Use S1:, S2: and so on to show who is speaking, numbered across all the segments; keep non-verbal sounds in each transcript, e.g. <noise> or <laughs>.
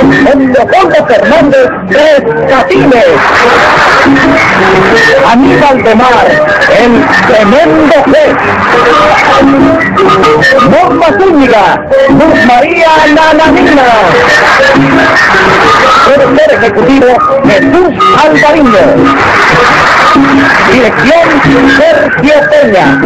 S1: En Leopoldo Fernández Tres Catines. Aníbal de Mar, el tremendo juez. Norma Zúñiga, Luz María Nananina. Productor ejecutivo Jesús Alvarino. Dirección Sergio Peña.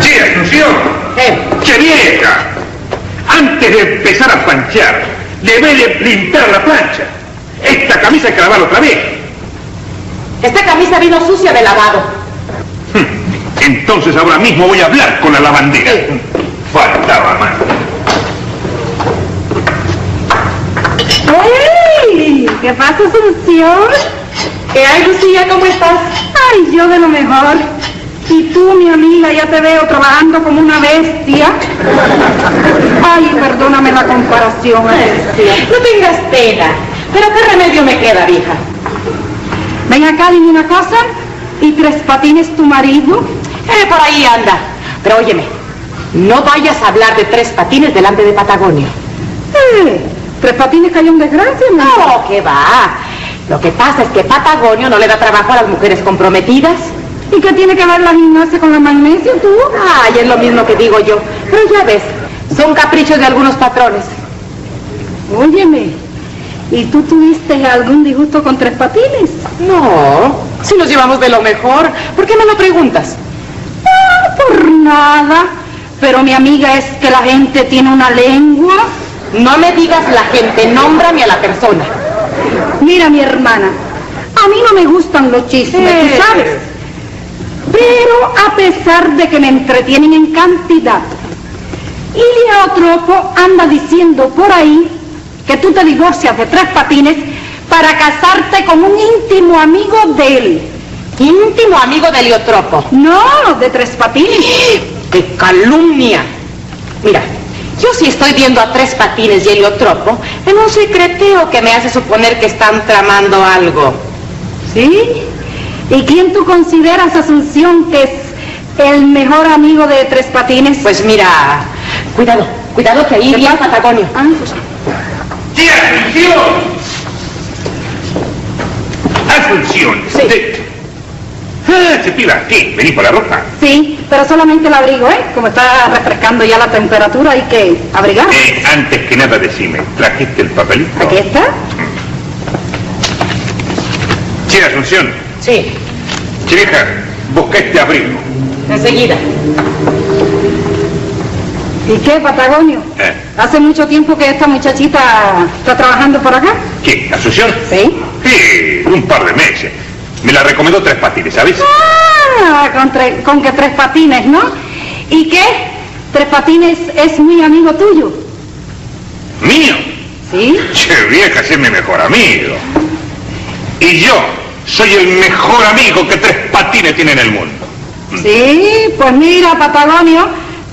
S2: Sí, Asunción. ¡Qué vieja! Antes de empezar a planchar, debe de limpiar la plancha. Esta camisa hay que lavarla otra vez.
S3: Esta camisa vino sucia de lavado.
S2: Hm, Entonces ahora mismo voy a hablar con la lavandera.
S3: Sí.
S2: Faltaba más.
S4: ¡Ey! ¿Qué pasa, Asunción?
S3: ¿Qué hay, Lucía? ¿Cómo estás?
S4: Ay, yo de lo mejor. Y tú, mi amiga, ya te veo trabajando como una bestia. Ay, perdóname la comparación, bestia.
S3: No tengas pena. Pero qué remedio me queda, vieja.
S4: Ven acá, dime una cosa. ¿Y tres patines tu marido?
S3: Eh, por ahí anda. Pero óyeme, no vayas a hablar de tres patines delante de Patagonio.
S4: Eh, tres patines cayó en desgracia, mi amor.
S3: No, que Oh, va. Lo que pasa es que Patagonio no le da trabajo a las mujeres comprometidas.
S4: ¿Y qué tiene que ver la gimnasia con la magnesia, tú?
S3: Ay, es lo mismo que digo yo. Pero ya ves, son caprichos de algunos patrones.
S4: Óyeme, ¿y tú tuviste algún disgusto con tres patines?
S3: No, si nos llevamos de lo mejor, ¿por qué me lo preguntas?
S4: Ah, por nada. Pero mi amiga es que la gente tiene una lengua.
S3: No me digas la gente, nómbrame a la persona.
S4: Mira, mi hermana, a mí no me gustan los chismes,
S3: Eh.
S4: tú sabes. Pero a pesar de que me entretienen en cantidad, Ilia Otropo anda diciendo por ahí que tú te divorcias de tres patines para casarte con un íntimo amigo de él.
S3: Íntimo amigo de Heliotropo.
S4: No, de tres patines.
S3: ¡Qué calumnia! Mira, yo sí estoy viendo a tres patines y Heliotropo en un secreteo que me hace suponer que están tramando algo.
S4: ¿Sí? ¿Y quién tú consideras, Asunción, que es el mejor amigo de Tres Patines?
S3: Pues mira, cuidado, cuidado que ahí viene Patagonio.
S4: Ah, pues,
S2: ¡Sí, Asunción! Asunción.
S3: Sí.
S2: de- Ah, se pila aquí. Vení por la ropa.
S4: sí, pero solamente el abrigo, ¿eh? Como está refrescando ya la temperatura, hay que abrigar.
S2: Eh, antes que nada, decime, ¿trajiste el papelito?
S4: Aquí está.
S2: Sí, Asunción.
S3: Sí,
S2: Chireja, busca este abrigo.
S3: enseguida.
S4: ¿Y qué, Patagonio?
S2: Eh,
S4: Hace mucho tiempo que esta muchachita está trabajando por acá.
S2: ¿Qué? ¿Asunción?
S4: ¿Sí?
S2: Sí, un par de meses. Me la recomendó tres patines, ¿sabes?
S4: Ah, con, tre- con que Tres Patines, ¿no? ¿Y qué? Tres Patines es muy amigo tuyo.
S2: Mío.
S4: ¿Sí?
S2: Che, vieja, sí es mi mejor amigo. Y yo soy el mejor amigo que tres patines tiene en el mundo.
S4: Sí, pues mira, Patagonio,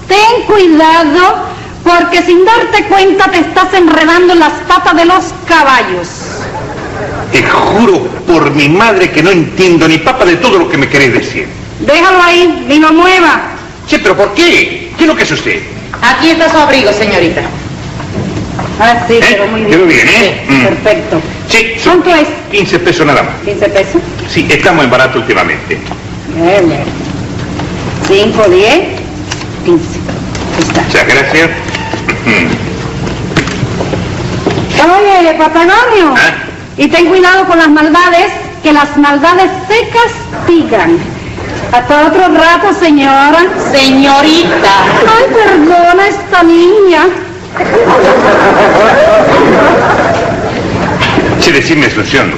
S4: ten cuidado porque sin darte cuenta te estás enredando en las patas de los caballos.
S2: Te juro por mi madre que no entiendo ni papa de todo lo que me querés decir.
S4: Déjalo ahí, ni lo mueva.
S2: Che, pero ¿por qué? ¿Qué es lo que es usted?
S3: Aquí está su abrigo, señorita.
S4: Ah, sí,
S2: ¿Eh?
S4: pero muy bien.
S2: Quedó bien, ¿eh?
S4: Sí,
S2: Mm.
S4: Perfecto.
S2: Sí, son
S4: ¿Cuánto es?
S2: 15 pesos nada más.
S4: 15 pesos.
S2: Sí, estamos en barato últimamente.
S4: 5, 10, 15. Ahí está.
S2: Muchas gracias.
S4: Oye, Patagonio,
S2: ¿Ah?
S4: y ten cuidado con las maldades, que las maldades se castigan. Hasta otro rato, señora.
S3: Señorita.
S4: Ay, perdona esta niña.
S2: Che, decime, Asunción,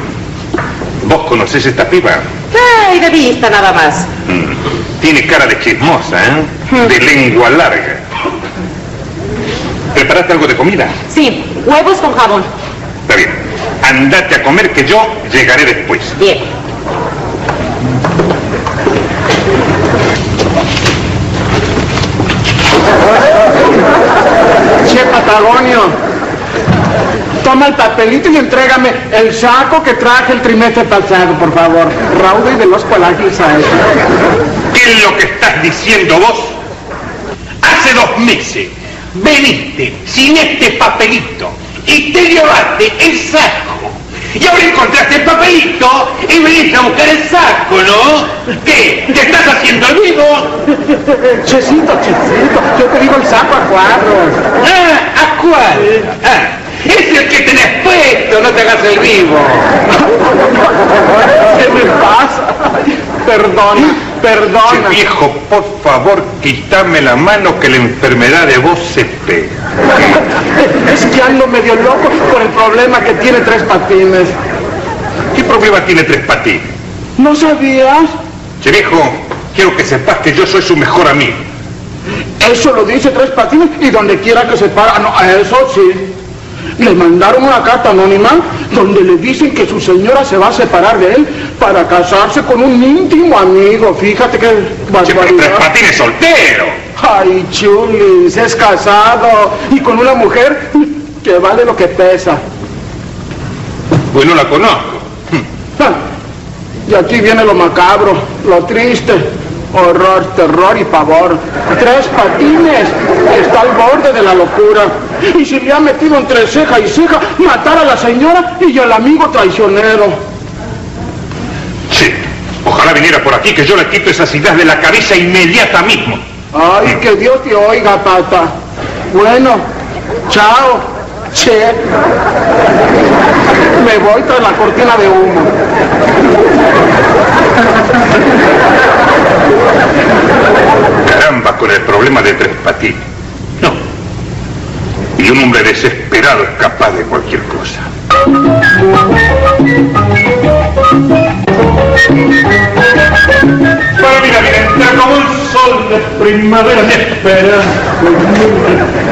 S2: ¿vos conocés esta piba?
S3: Ay, de vista nada más.
S2: Mm, Tiene cara de chismosa, ¿eh? De lengua larga. ¿Preparaste algo de comida?
S3: Sí, huevos con jabón.
S2: Está bien. Andate a comer que yo llegaré después.
S3: Bien.
S5: toma el papelito y entrégame el saco que traje el trimestre pasado, por favor. Raudo y de los colajes Sáenz.
S2: ¿Qué es lo que estás diciendo vos? Hace dos meses veniste sin este papelito y te llevaste el saco. Y ahora encontraste el papelito y viniste a buscar el saco, ¿no? ¿Qué? ¿Te estás haciendo el vivo?
S5: Chesito, chesito, yo te digo el saco a cuadros.
S2: Ah, ¿a cuál? Ah, es el que tenés puesto, no te hagas el vivo.
S5: ¿Qué me pasa? Perdona,
S2: Che,
S5: perdona.
S2: viejo, por favor, quítame la mano que la enfermedad de vos se pega.
S5: Es que ando medio loco por el problema que tiene tres patines.
S2: ¿Qué problema tiene Tres Patines?
S5: ¿No sabías?
S2: Che, viejo, quiero que sepas que yo soy su mejor amigo.
S5: Eso lo dice Tres Patines y donde quiera que se para, no, a eso sí. Le mandaron una carta anónima donde le dicen que su señora se va a separar de él para casarse con un íntimo amigo. Fíjate qué
S2: Che, pero Tres
S5: barbaridad.
S2: Patines es soltero.
S5: Ay, Chulis, es casado y con una mujer que vale lo que pesa.
S2: Pues no la conozco.
S5: Ah, Y aquí viene lo macabro, lo triste, horror, terror y pavor. Tres patines, está al borde de la locura. Y si le ha metido entre ceja y ceja, matar a la señora y al amigo traicionero.
S2: Che, ojalá viniera por aquí que yo le quito esa ciudad de la cabeza inmediata mismo.
S5: Ay, que Dios te oiga, pata. Bueno, chao, che. Me voy tras la cortina de humo.
S2: Caramba con el problema de Tres Patines. No. Y un hombre desesperado es capaz de cualquier cosa. Para mí la vida entra como un sol de primavera me espera.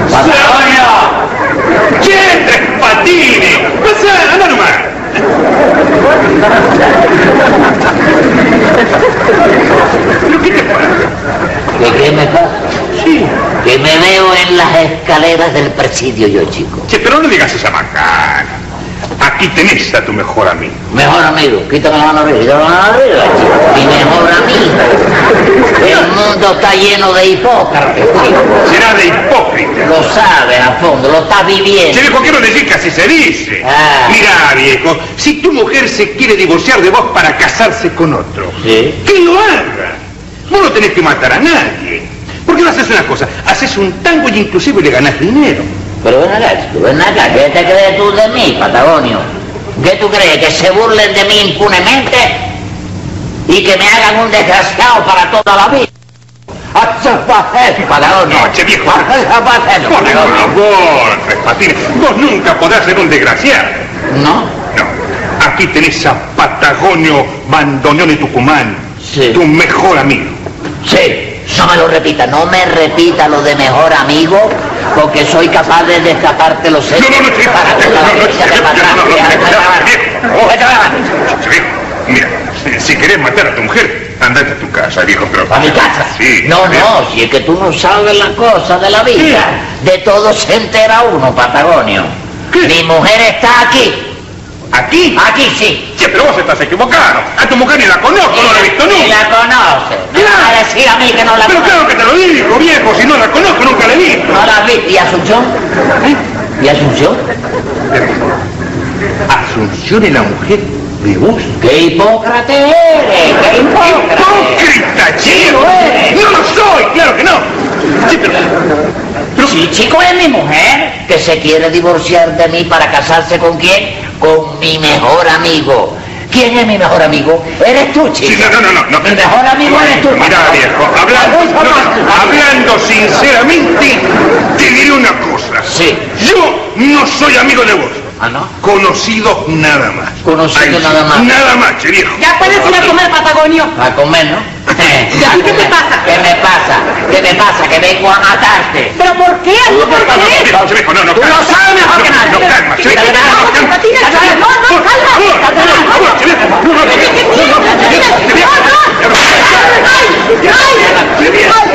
S2: ¡Vaya! ¡Che, Tres Patines! ¡Pasa, anda nomás! ¿Pero qué te pasa?
S6: ¿Qué, qué me pasa?
S2: Sí.
S6: Que me veo en las escaleras del presidio yo, chico.
S2: Che, pero no digas esa macana. Aquí tenés a tu mejor amigo.
S6: Mejor amigo, quítame la mano arriba, quítame la mano arriba, chico. Mi mejor amigo. El mundo está lleno de hipócritas, chico.
S2: Será de hipócrita.
S6: Lo sabes a fondo, lo está
S2: Che,
S6: viviendo.
S2: viejo, quiero decir que así se dice.
S6: Ah.
S2: Mirá, viejo, si tu mujer se quiere divorciar de vos para casarse con otro,
S6: Sí.
S2: que lo haga. Vos no tenés que matar a nadie. Porque no haces una cosa, haces un tango y inclusive le ganás dinero.
S6: Pero ven acá, chico, ven acá. ¿Qué te crees tú de mí, Patagonio? ¿Qué tú crees? ¿Que se burlen de mí impunemente? ¿Y que me hagan un desgraciado para toda la vida? ¡Achapajé, Patagonio!
S2: No, che, viejo.
S6: Ah, ¡Achapajé,
S2: Por
S6: Patagonio!
S2: favor, Tres Patines, vos nunca podrás ser un desgraciado.
S6: ¿No?
S2: No, aquí tenés a Patagonio, Bandoneón y Tucumán,
S6: Sí.
S2: tu mejor amigo.
S6: Sí, no me lo repita, no me repita lo de mejor amigo, porque soy capaz de destaparte los
S2: No,
S6: hechos
S2: no, no, che,
S6: para que la derecha te patrón.
S2: Che, viejo, Mira, eh, si querés matar a tu mujer, andate a tu casa, viejo. Pero...
S6: ¿A mi casa?
S2: Sí.
S6: No,
S2: bien.
S6: no, si es que tú no sabes las cosas de la vida. De todo se entera uno, Patagonio. Mi mujer está aquí.
S2: ¿Aquí?
S6: Aquí sí.
S2: Che, pero vos estás equivocado. A tu mujer ni la conozco, no la he visto
S6: Y
S2: nunca.
S6: la conoce. No
S2: Claro.
S6: va a decir a mí que no la
S2: Pero
S6: conoce.
S2: claro que te lo digo, viejo, si no la conozco, nunca la he visto.
S6: No la has visto. ¿Y Asunción?
S2: ¿Eh?
S6: ¿Y Asunción?
S2: Asunción es la mujer de vos.
S6: ¡Qué hipócrate eres! ¡Qué hipócrate!
S2: ¡Hipócrita, chico!
S6: eres.
S2: ¡No lo soy! ¡Claro que no! Che, pero... pero-
S6: Si chico es mi mujer, que se quiere divorciar de mí para casarse con quién? Con mi mejor amigo. ¿Quién es mi mejor amigo? Eres tú, chico.
S2: Sí, no, no, no, no, no.
S6: Mi mejor amigo eres tú.
S2: Mira,
S6: papá.
S2: viejo, hablando,
S6: Algún
S2: no, no,
S6: famoso.
S2: hablando sinceramente, te diré una cosa.
S6: Sí.
S2: Yo no soy amigo de vos.
S6: Ah, ¿no?
S2: Conocido nada más.
S6: Conocido
S2: Ay, sí,
S6: nada más.
S2: Nada más, che viejo.
S3: Ya puedes ir a comer, Patagonio.
S6: A comer, ¿no? <laughs>
S3: Ya, ¿y qué te pasa?
S6: ¿Qué me pasa? ¿Qué me pasa? Que vengo a matarte.
S3: ¿Pero por qué?
S2: No,
S3: ¿Por
S2: no, no,
S3: qué?
S2: viejo, che viejo, no, no,
S6: Tú
S2: calma.
S6: lo sabes mejor que nadie.
S2: No, no, calma, che
S6: Pero
S2: viejo,
S6: nada,
S2: no, calma.
S3: Patines,
S2: Calma,
S3: no, no,
S2: por-
S3: calma,
S2: por favor,
S3: calma.
S2: por favor, che viejo, no, no, che viejo, no, no, che viejo, che viejo, che viejo, che viejo, che viejo.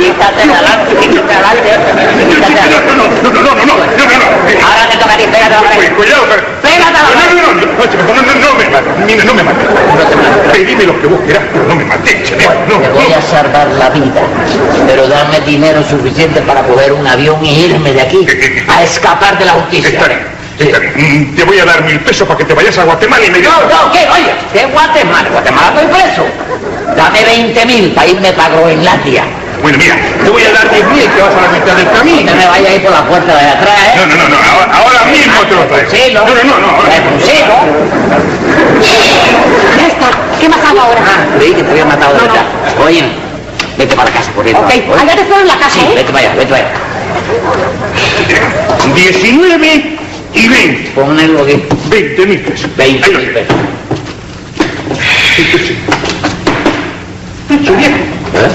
S6: Quítate de adelante, quítate de adelante.
S2: No,
S6: Quítate de
S2: no,
S6: adelante.
S2: no, no, no, no, no, no, no, no, no, no.
S6: Ahora te toca a ti, pégate a la pared.
S2: cuidado, pero...
S6: Pégate a la
S2: No,
S6: vez.
S2: no, no, no, no, no, no me mates, mira, no me mates. Pedime lo que vos querás, pero no me mates, chenero,
S6: Bueno,
S2: no,
S6: te voy a
S2: no.
S6: salvar la vida, pero dame dinero suficiente para coger un avión y irme de aquí a escapar de la
S2: Está
S6: justicia.
S2: bien, está bien. Mm, Te voy a dar mil pesos para que te vayas a Guatemala y me digas...
S6: No, no, ¿qué? Oye, ¿qué Guatemala? Guatemala estoy preso. Dame 20 mil para irme para Groenlandia.
S2: Bueno, mira, te voy a dar diez mil y te vas a la mitad del
S6: No
S2: camino.
S6: te me vayas a ir por la puerta de atrás, ¿eh?
S2: No, no, no, no, ahora, ahora mismo te lo traigo.
S6: Sí, ¿no?
S2: No, no, no, no, ahora
S6: Te
S2: mismo.
S6: consigo.
S4: Ya está. ¿Qué más hago ahora?
S6: Ah, creí que te había matado de
S4: No, no.
S6: verdad. Oye, vete para la casa, por
S4: Ok, allá te espero en la casa,
S6: pues. Sí,
S4: ¿eh?
S6: vete para allá, vete para allá.
S2: 19 y 20.
S6: Ponelo aquí.
S2: 20 mil pesos.
S6: 20
S2: Ahí lo
S6: mil
S2: tienes.
S6: pesos.
S2: Pecho viejo.
S6: ¿Eh?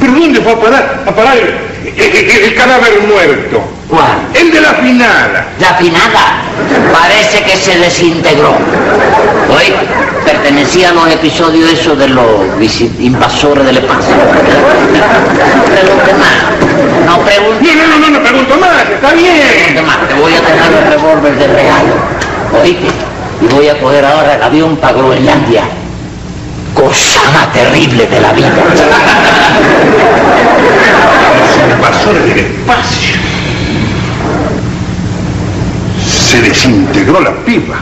S2: ¿Pero dónde fue a parar? A parar el, el- el- el cadáver muerto.
S6: ¿Cuál?
S2: El de la finada.
S6: La finada parece que se desintegró. Oye, pertenecía a los episodios esos de los visi- invasores del espacio. No pregunte más. No pregunte
S2: No, no, no, no, no pregunto más, está bien.
S6: más. Te voy a dejar el revólver de regalo. Oíste. Y voy a coger ahora el avión para Groenlandia. Cosa más terrible de la vida.
S2: Los invasores del espacio. Se desintegró la piba.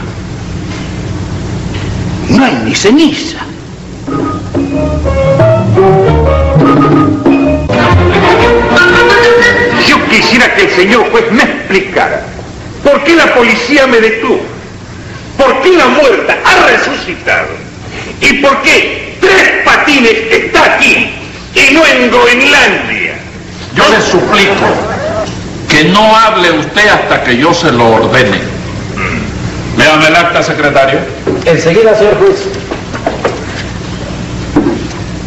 S2: No hay ni ceniza. Yo quisiera que el señor juez me explicara por qué la policía me detuvo, por qué la muerta ha resucitado y por qué Tres Patines está aquí y no en Groenlandia.
S7: Yo le suplico que no hable usted hasta que yo se lo ordene. Léame el acta, secretario.
S8: Enseguida, señor juez.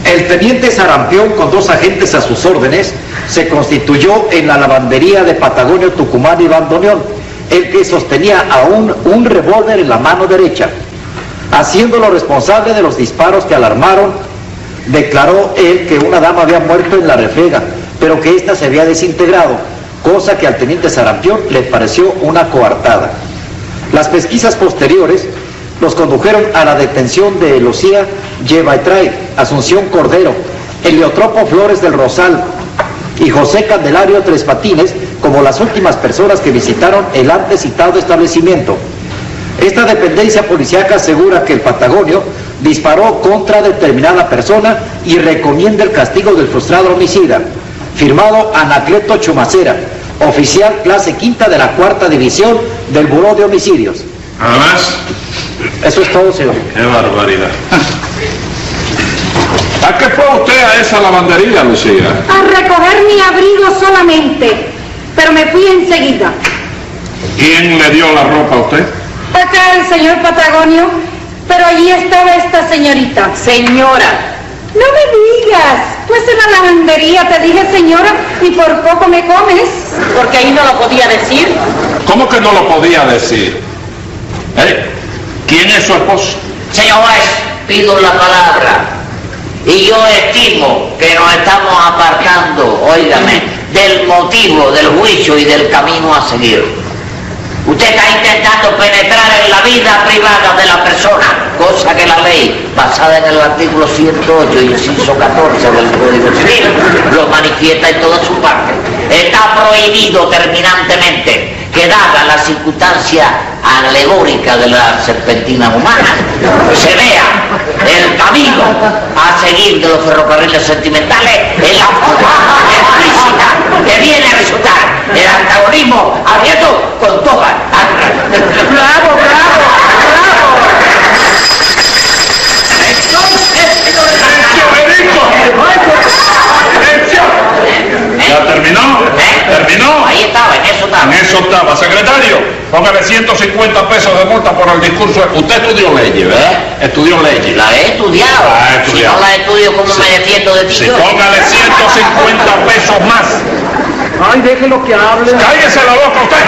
S8: El teniente Sarampión, con dos agentes a sus órdenes, se constituyó en la lavandería de Patagonio, Tucumán y Bandoneón, el que sostenía aún un revólver en la mano derecha. Haciéndolo responsable de los disparos que alarmaron, declaró él que una dama había muerto en la refriega, pero que ésta se había desintegrado, cosa que al teniente Sarampión le pareció una coartada. Las pesquisas posteriores los condujeron a la detención de Lucía Yevaitray, Asunción Cordero, Heliotropo Flores del Rosal y José Candelario Tres Patines como las últimas personas que visitaron el antes citado establecimiento. Esta dependencia policíaca asegura que el Patagonio disparó contra determinada persona y recomienda el castigo del frustrado homicida. Firmado Anacleto Chumacera, oficial clase quinta de la cuarta división del Buró de Homicidios.
S7: Nada más.
S8: Eso es todo, señor.
S7: Qué barbaridad. ¿A qué fue usted a esa lavandería, Lucía?
S4: A recoger mi abrigo solamente. Pero me fui enseguida.
S7: ¿Quién le dio la ropa a usted?
S4: Acá el señor Patagonio, pero allí estaba esta señorita.
S3: Señora,
S4: No me digas, pues en la lavandería te dije señora y por poco me comes.
S3: porque ahí no lo podía decir.
S7: ¿Cómo que no lo podía decir? ¿Eh? ¿Quién es su esposo?
S6: Señor juez, pido la palabra. Y yo estimo que nos estamos apartando, óigame, del motivo del juicio y del camino a seguir. Usted está intentando penetrar en la vida privada de la persona, cosa que la ley, basada en el artículo 108 y inciso 14 del Código Civil, lo manifiesta en toda su parte. Está prohibido terminantemente que dada la circunstancia alegórica de las serpentinas humanas, se vea el camino a seguir de los ferrocarriles sentimentales en la forma explícita que viene a resultar el antagonismo abierto con todas. ¡Bravo, bravo,
S7: ¿Ya terminó? ¿Terminó?
S6: Ahí estaba, en eso estaba.
S7: En eso estaba. Secretario, póngale 150 pesos de multa por el discurso. Usted estudió leyes, ¿verdad? Estudió leyes.
S6: La he estudiado.
S7: La Ah, he estudiado.
S6: Si no la estudio, ¿cómo me defiendo de ti
S7: Sí,
S6: yo?
S7: póngale 150 pesos más.
S5: Ay, déjelo que hable.
S7: ¡Cállese la boca usted!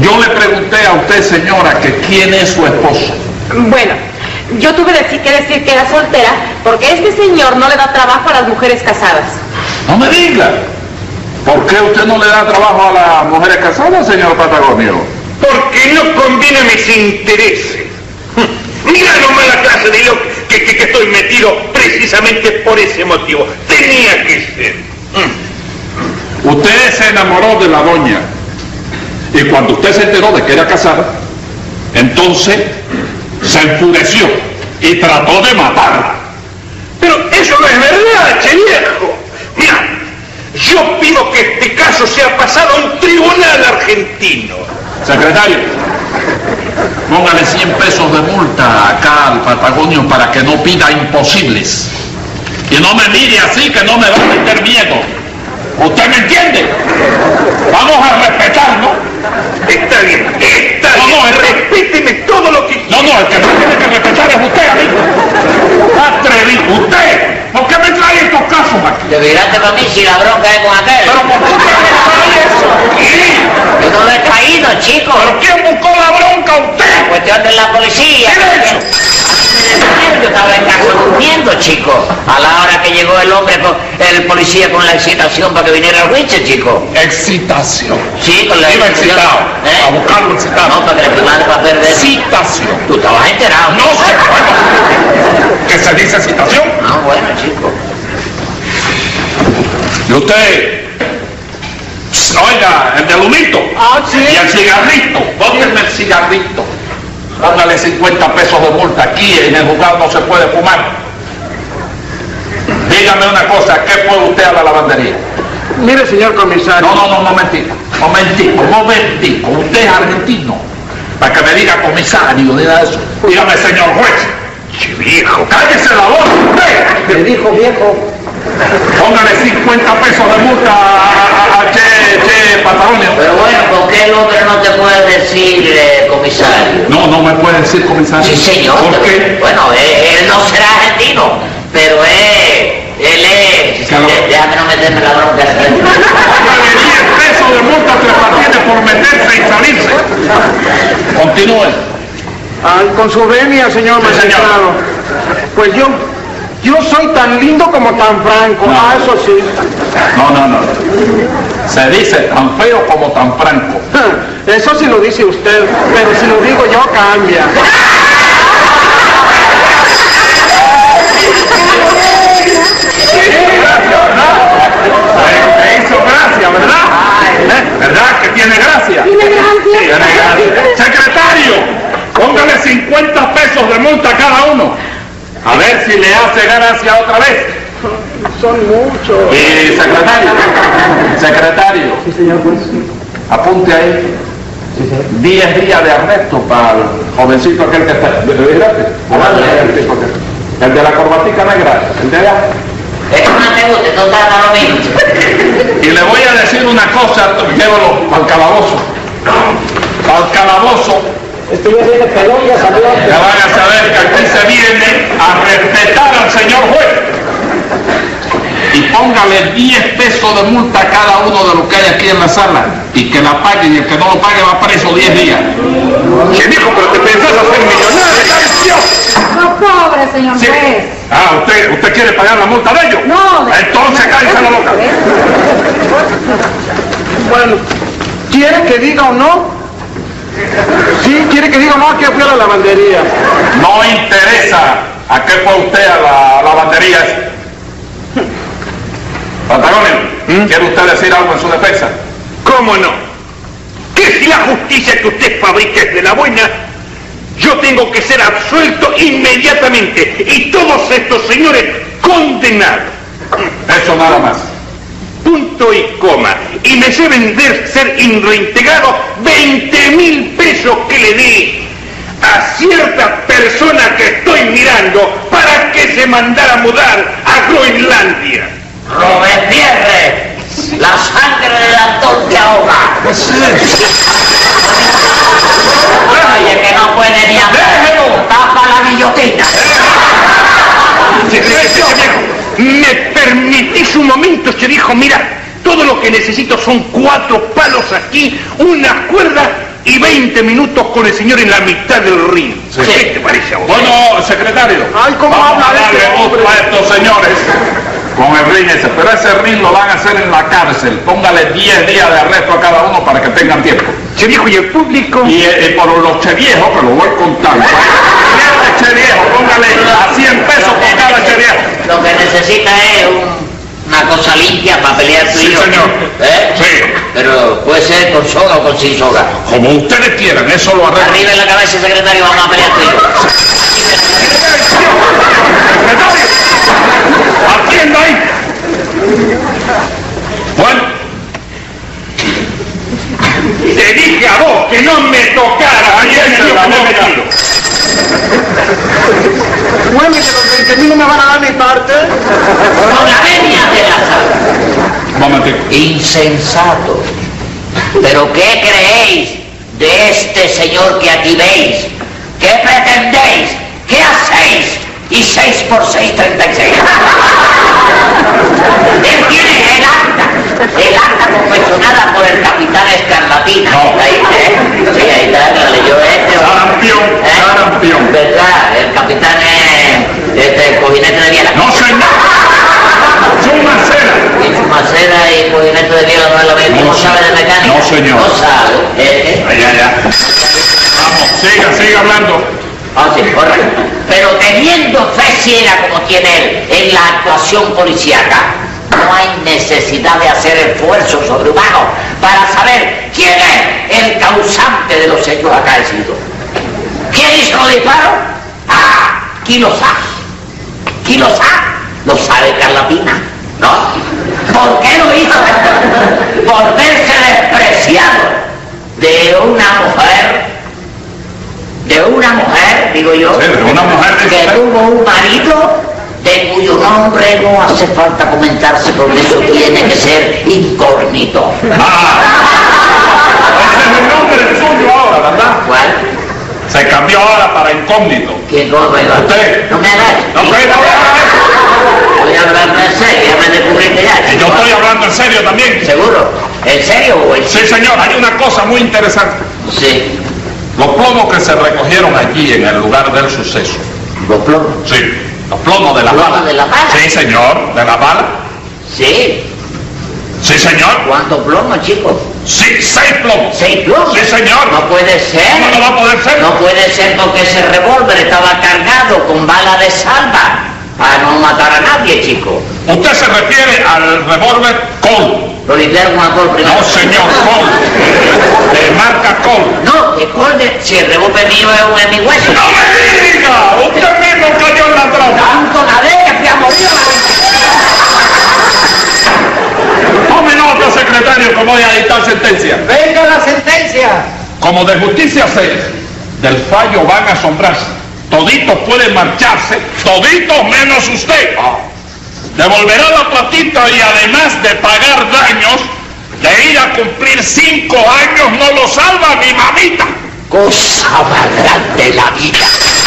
S7: Yo le pregunté a usted, señora, que quién es su esposo.
S3: Bueno, yo tuve deci- que decir que era soltera porque este señor no le da trabajo a las mujeres casadas.
S7: No me diga.
S2: ¿Por qué usted no le da trabajo a las mujeres casadas, señor Patagonio?
S9: Porque no conviene a mis intereses. <laughs> Mira nomás la clase de lío que, que- que estoy metido precisamente por ese motivo. Tenía que ser. Mm.
S2: Usted se enamoró de la doña y cuando usted se enteró de que era casada, entonces se enfureció y trató de matarla.
S9: Pero eso no es verdad, che viejo. Mira, yo pido que este caso sea pasado a un tribunal argentino.
S2: Secretario, póngale 100 pesos de multa acá al Patagonio para que no pida imposibles. Y no me mire así que no me va a meter miedo. ¿Usted me entiende? Vamos a respetarnos.
S9: Está bien, está
S2: No,
S9: bien.
S2: no, es-
S9: Respéteme todo lo que
S2: No, no, el que me tiene que respetar es usted, amigo. Atrevido, usted. ¿Por qué me trae estos casos aquí?
S6: Te viraste para mí si la bronca es con aquel.
S2: Pero ¿por qué me trae eso aquí?
S6: Yo no lo he caído, chico.
S2: ¿Pero quién buscó la bronca a
S6: La
S2: usted?
S6: cuestión de la policía.
S2: ¡Silencio!
S6: Yo estaba en casa durmiendo, chico. A la hora que llegó el hombre, con, el policía con la excitación para que viniera el juicio, chico.
S2: Excitación.
S6: Sí, con la
S2: Iba excitado.
S6: ¿Eh?
S2: A buscarlo excitado.
S6: No, para que le firmara el papel de...
S2: Excitación.
S6: Tú estabas enterado.
S2: No se puede. ¿Qué se dice excitación?
S6: No, bueno, chico.
S2: Y usted. Psst, Oiga, el del humito.
S5: Ah, sí.
S2: Y el cigarrito. Póngame el cigarrito. Póngale 50 pesos de multa. Aquí en el juzgado no se puede fumar. Dígame una cosa, ¿qué fue usted a la lavandería?
S5: Mire, señor comisario.
S2: No, no, no, momentico, momentico, momentico. Usted es argentino. Para que me diga comisario, ni nada de eso. Dígame, señor juez.
S9: Che viejo.
S2: Cállese la voz, usted.
S10: Me dijo viejo.
S2: Póngale 50 pesos de multa a, a- a- a Che, Che Patagonio.
S6: Pero bueno, ¿por qué el hombre no te puede decir, eh, comisario?
S2: No, no me puede decir comisario.
S6: Sí, señor.
S2: ¿Por
S6: pero-
S2: qué?
S6: Bueno, eh, él no será argentino, pero eh, él es...
S2: Claro.
S6: Eh, Déjame no meterme la bronca.
S2: Póngale 10 pesos de multa a Tres Patines por meterse y salirse. Continúe.
S5: Ah, con su venia, señor
S2: Sí, señor.
S5: magistrado. Pues yo, yo soy tan lindo como tan franco.
S2: No.
S5: Ah, eso sí. <laughs>
S2: No, no, no. Se dice tan feo como tan franco.
S5: Eso sí lo dice usted, pero si lo digo yo cambia.
S2: Te- Te hizo gracia, ¿verdad? ¿Eh? ¿Verdad que tiene gracia?
S4: Tiene
S2: Sí,
S4: gracia.
S2: tiene gracia. Secretario, póngale 50 pesos de multa a cada uno. A ver si le hace gracia otra vez.
S5: Son muchos.
S2: Eh, secretario, secretario, apunte ahí. 10 días de arresto para el jovencito aquel que está. ¿Viste? El tipo que- el de la corbatica negra, el de allá.
S6: Es que no te gusta, no está nada lo mismo.
S2: Y le voy a decir una cosa, llévalo al calabozo. Al calabozo. Ya van a saber que aquí se viene a respetar al señor juez. Y póngale 10 pesos de multa a cada uno de los que hay aquí en la sala. Y que la pague, y el que no lo pague va preso 10 días.
S9: Che viejo, pero te pensás hacer millonario.
S4: No, pobre, señor
S2: Sí.
S4: juez.
S2: Ah, usted, usted quiere pagar la multa de ellos.
S4: No, de-
S2: Entonces cállese la boca.
S5: Bueno, ¿quiere que diga o no? Sí, quiere que diga o no que fui a la lavandería.
S2: No interesa a qué fue usted a la a la lavandería esa. Patagonio, ¿quiere usted decir algo en su defensa?
S9: ¿Mm? ¿Cómo no? Que si la justicia que usted fabrica es de la buena, yo tengo que ser absuelto inmediatamente y todos estos señores condenados.
S2: Eso nada más.
S9: Punto y coma. Y me deben de ser reintegrados 20 mil pesos que le di a cierta persona que estoy mirando para que se mandara a mudar a Groenlandia.
S6: Robespierre, la sangre del antón te ahoga. Oye, que no puede ni hablar.
S2: ¡Déjelo!
S6: Tapa la guillotina.
S9: Silencio, viejo. ¿Me permitís un momento? Se dijo, mira, todo lo que necesito son cuatro palos aquí, una cuerda y 20 minutos con el señor en la mitad del río. ¿Qué te parece a vos?
S2: Bueno, secretario.
S5: Ay, ¿cómo
S2: vamos
S5: habla
S2: a darle
S5: este hombre?
S2: gusto a estos señores con el RIN ese, pero ese RIN lo van a hacer en la cárcel. Póngale 10 días de arresto a cada uno para que tengan tiempo.
S11: Che viejo y el público.
S2: Y eh, eh, por los cheviejo, que lo voy <laughs> contando. Cada cheviejo, póngale a 100 pesos por cada cheviejo.
S6: Lo que necesita es un- una cosa limpia para pelear tú y
S2: Sí,
S6: yo.
S2: señor.
S6: ¿Eh?
S2: Sí.
S6: Pero puede ser con soga o con sin soga.
S2: Como ustedes quieran, eso lo arreglan.
S6: Arriba en la cabeza, secretario, vamos a pelear tú y yo.
S2: ¡Secretario! ¡Atienda ahí! Bueno,
S11: Te dije a vos que no me tocara.
S2: ahí
S11: Ayer
S2: es la boca.
S12: Huele que los 20 mil no me van a dar mi parte.
S6: Con la venia de la sala.
S2: Un momentico.
S6: Insensato. ¿Pero qué creéis de este señor que aquí veis? ¿Qué pretendéis? ¿Qué hacéis? Y 6 por 6, 36. Él tiene el acta, el acta confeccionada por el capitán Escarlatina.
S2: No.
S6: Ahí está, ¿eh? Sí, ahí está, la leyó este. ¿o?
S2: Sarampión,
S6: ¿Eh?
S2: sarampión.
S6: ¿Verdad? El capitán es este, el cojinete de Viela.
S2: No, señor. Suma cera.
S6: Y Macera y Movimiento de Viela no es lo mismo.
S2: No,
S6: No sabe de mecánica.
S2: no, señor.
S6: No sabe. ¿eh?
S2: Ay, ay, ay. Vamos, siga, siga hablando.
S6: Ah, sí, correcto. Pero teniendo fe ciega como tiene él en la actuación policíaca, no hay necesidad de hacer esfuerzos sobrehumanos para saber quién es el causante de los hechos acaecidos. ¿Quién hizo los disparos? Ah, ¿quién lo sabe? ¿Quién lo sabe? Lo sabe Carlatina, ¿no? ¿Por qué lo hizo? Por verse despreciado de una mujer de una mujer, digo yo,
S2: Sí, pero una mujer de-
S6: que tuvo un marido de cuyo nombre no hace falta comentarse porque eso tiene que ser incógnito.
S2: Ah. Ese es el nombre suyo ahora, ¿verdad?
S6: ¿Cuál?
S2: Se cambió ahora para incógnito.
S6: ¿Quién corre? va?
S2: Usted.
S6: No me hagas.
S2: No, pero no, no,
S6: Voy a hablar en serio, ya me descubriste ya.
S2: no. Yo
S6: chico.
S2: estoy hablando en serio también.
S6: ¿Seguro? ¿En serio o en
S2: Sí, señor, hay una cosa muy interesante.
S6: Sí.
S2: Los plomos que se recogieron allí en el lugar del suceso.
S6: ¿Los plomos?
S2: Sí. Los plomos de la
S6: ¿Plomos
S2: bala.
S6: de la bala?
S2: Sí, señor, de la bala.
S6: Sí.
S2: Sí, señor.
S6: ¿Cuántos plomos, chicos?
S2: Sí, seis plomos.
S6: ¿Seis plomos?
S2: Sí, señor.
S6: No puede ser.
S2: ¿Cómo no va a poder ser?
S6: No puede ser porque ese revólver estaba cargado con bala de salva para no matar a nadie, chico.
S2: Usted se refiere al revólver Colt.
S6: Lo limpiaron a col primero.
S2: No, señor, Colt. De marca Colt.
S6: No, que col de... Si el revólver mío es un en mi hueso.
S2: ¡No me diga! ¡Usted mismo cayó en la trampa!
S6: Tanto la de que fui a morir a la
S2: Tome nota, secretario, que voy a dictar sentencia.
S12: Venga la sentencia.
S2: Como de justicia se del fallo van a asombrarse. Toditos pueden marcharse, toditos menos usted. Devolverá la platita y además de pagar daños, de ir a cumplir cinco años no lo salva mi mamita.
S6: Cosa más grande la vida.